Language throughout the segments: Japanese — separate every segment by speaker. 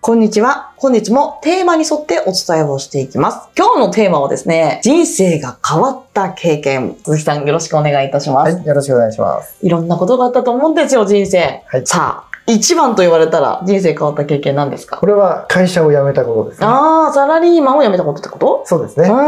Speaker 1: こんにちは。本日もテーマに沿ってお伝えをしていきます。今日のテーマはですね、人生が変わった経験。鈴木さんよろしくお願いいたします。
Speaker 2: はい、よろしくお願いします。
Speaker 1: いろんなことがあったと思うんですよ、人生。
Speaker 2: はい
Speaker 1: さあ、一番と言われたら人生変わった経験なんですか
Speaker 2: これは会社を辞めたことですね。
Speaker 1: ああ、サラリーマンを辞めたことってこと
Speaker 2: そうです
Speaker 1: う
Speaker 2: ね
Speaker 1: ん。うんう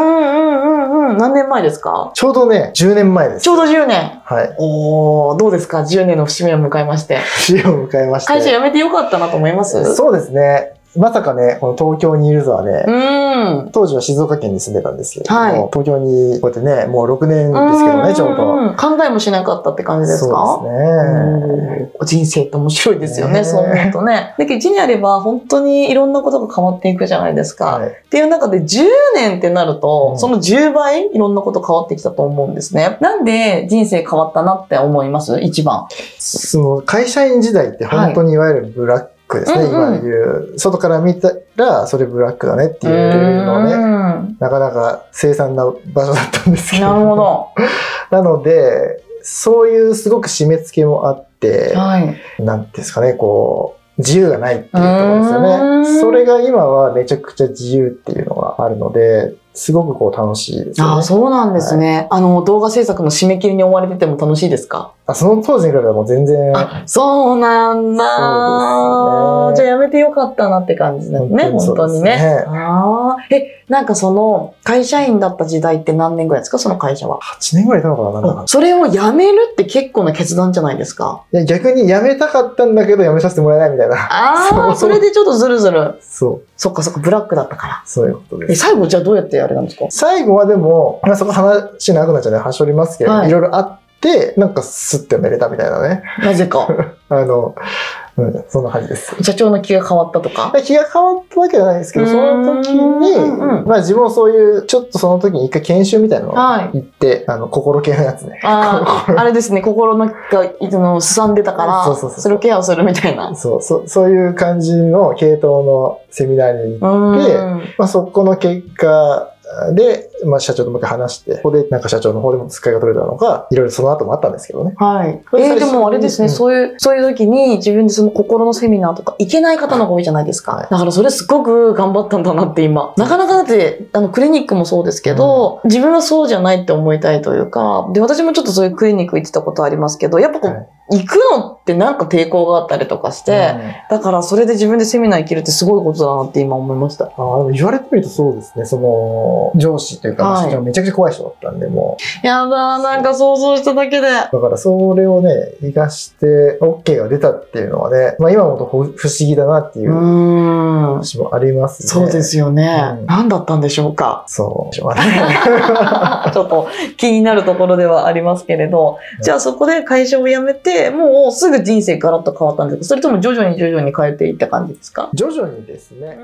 Speaker 1: んうん。何年前ですか
Speaker 2: ちょうどね、10年前です。
Speaker 1: ちょうど10年。
Speaker 2: はい。
Speaker 1: おー、どうですか ?10 年の節目を迎えまして。
Speaker 2: 死を迎えまして。
Speaker 1: 会社辞めてよかったなと思いますう
Speaker 2: そうですね。まさかね、この東京にいるぞはね、
Speaker 1: ーん。
Speaker 2: 当時は静岡県に住んでたんですけれども、
Speaker 1: はい
Speaker 2: 東京にこうやってね、もう6年ですけどね、ちょうど。
Speaker 1: んんん考えもしなかったって感じですか
Speaker 2: そうですね。
Speaker 1: うん人生って面白いですよね、
Speaker 2: ね
Speaker 1: そう思うとね。だけど、1にあれば本当にいろんなことが変わっていくじゃないですか。
Speaker 2: はい
Speaker 1: っていう中で10年ってなると、
Speaker 2: うん
Speaker 1: その10倍いろんなこと変わってきたと思うんですね。なんで人生変わったなって思います一番。
Speaker 2: その会社員時代って本当にいわゆるブラックですね、
Speaker 1: はいうんうん
Speaker 2: 今でいう。外から見たら、それブラックだねっていうのをね、
Speaker 1: うん
Speaker 2: なかなか凄惨な場所だったんですけれど
Speaker 1: な
Speaker 2: も
Speaker 1: るほど。
Speaker 2: なので、そういうすごく締め付けもあって、
Speaker 1: はい。
Speaker 2: なんていうんですかね、こう、自由がないっていうところですよ
Speaker 1: うーん
Speaker 2: ね。それが今はめちゃくちゃ自由っていうのがあるので、すごくこう楽しいですよね。
Speaker 1: ああ、そうなんですね、あの、動画制作の締め切りに追われてても楽しいですか
Speaker 2: あその当時に比べたらもう全然、
Speaker 1: あ、そうなんだ
Speaker 2: そう。で
Speaker 1: じ
Speaker 2: すね
Speaker 1: ゃあやめてよかったなって感じだよね、
Speaker 2: 本当に
Speaker 1: 本
Speaker 2: そ
Speaker 1: 当
Speaker 2: うで
Speaker 1: に
Speaker 2: す
Speaker 1: ね。
Speaker 2: ね
Speaker 1: ああ、え、なんかその、会社員だった時代って何年ぐらいですかその会社は。
Speaker 2: 8年ぐらいいたのかななんだか
Speaker 1: それを辞めるって結構な決断じゃないですか。
Speaker 2: いや逆に辞めたかったんだけど辞めさせてもらえないみたいな。
Speaker 1: あ
Speaker 2: そ
Speaker 1: あ、
Speaker 2: う
Speaker 1: それでちょっとずるずる。
Speaker 2: そう、
Speaker 1: そっかそっか、ブラックだったか
Speaker 2: そういうこと
Speaker 1: ら。え、
Speaker 2: です。
Speaker 1: 最後じゃあどうやってあれなんですか
Speaker 2: 最後はでも、まあ、そこ話長くなっちゃうね、はしょりますけど、
Speaker 1: はい
Speaker 2: いろいろあって、なんかスッて辞めれたみたいなね。
Speaker 1: なぜか。
Speaker 2: あの、うん、そんな感じです。
Speaker 1: 社長の気が変わったとか。
Speaker 2: 気が変わったわけじゃないですけど、
Speaker 1: うーん
Speaker 2: その時
Speaker 1: うん
Speaker 2: に、まあ自分もそういう、ちょっとその時に一回研修みたいなのを
Speaker 1: はい。
Speaker 2: 行って、あの、心系のやつね。
Speaker 1: ああ、あれですね、心のが、いつの、すさんでたから、
Speaker 2: そうそうそう
Speaker 1: れをケアをするみたいな。
Speaker 2: そう、そう、そういう感じの系統のセミナーに、
Speaker 1: うん。
Speaker 2: まあそこの結果で、まあ社長ともう一回話して、ここでなんか社長の方でも使いが取れたのか、いろいろその後もあったんですけどね。
Speaker 1: はい。
Speaker 2: これ
Speaker 1: えー
Speaker 2: 最
Speaker 1: で
Speaker 2: 初
Speaker 1: もあれですね、
Speaker 2: うん
Speaker 1: そういう、そういう時に自分でその心のセミナーとか行けない方の方が多いじゃないですか。
Speaker 2: はい
Speaker 1: だからそれすごく頑張ったんだなって今。なかなかだって、あの、クリニックもそうですけど、自分はそうじゃないって思いたいというか、で、私もちょっとそういうクリニック行ってたことありますけど、やっぱこう、
Speaker 2: はい
Speaker 1: 行くのってなんか抵抗があったりとかして、だからそれで自分でセミナー行けるってすごいことだなって今思いました。
Speaker 2: ああでも言われてみるとそうですね、その、上司というか、
Speaker 1: はい
Speaker 2: 社長めちゃくちゃ怖い人だったんで、もう、
Speaker 1: やだー、なんか想像しただけで。
Speaker 2: だからそれをね、生かして、OK が出たっていうのはね、まあ今もとほ不思議だなっていうう
Speaker 1: ーん。
Speaker 2: 話もありますね。
Speaker 1: そうで。すよね。
Speaker 2: うん
Speaker 1: 何だったんでしょうか。
Speaker 2: そう。 しょうがな い
Speaker 1: ちょっと気になるところではありますけれど、じゃあそこで会社を辞めて、もうすぐ人生ガラッと変わったんですかそれとも徐々に徐々に変えていった感じですか
Speaker 2: 徐々にですね、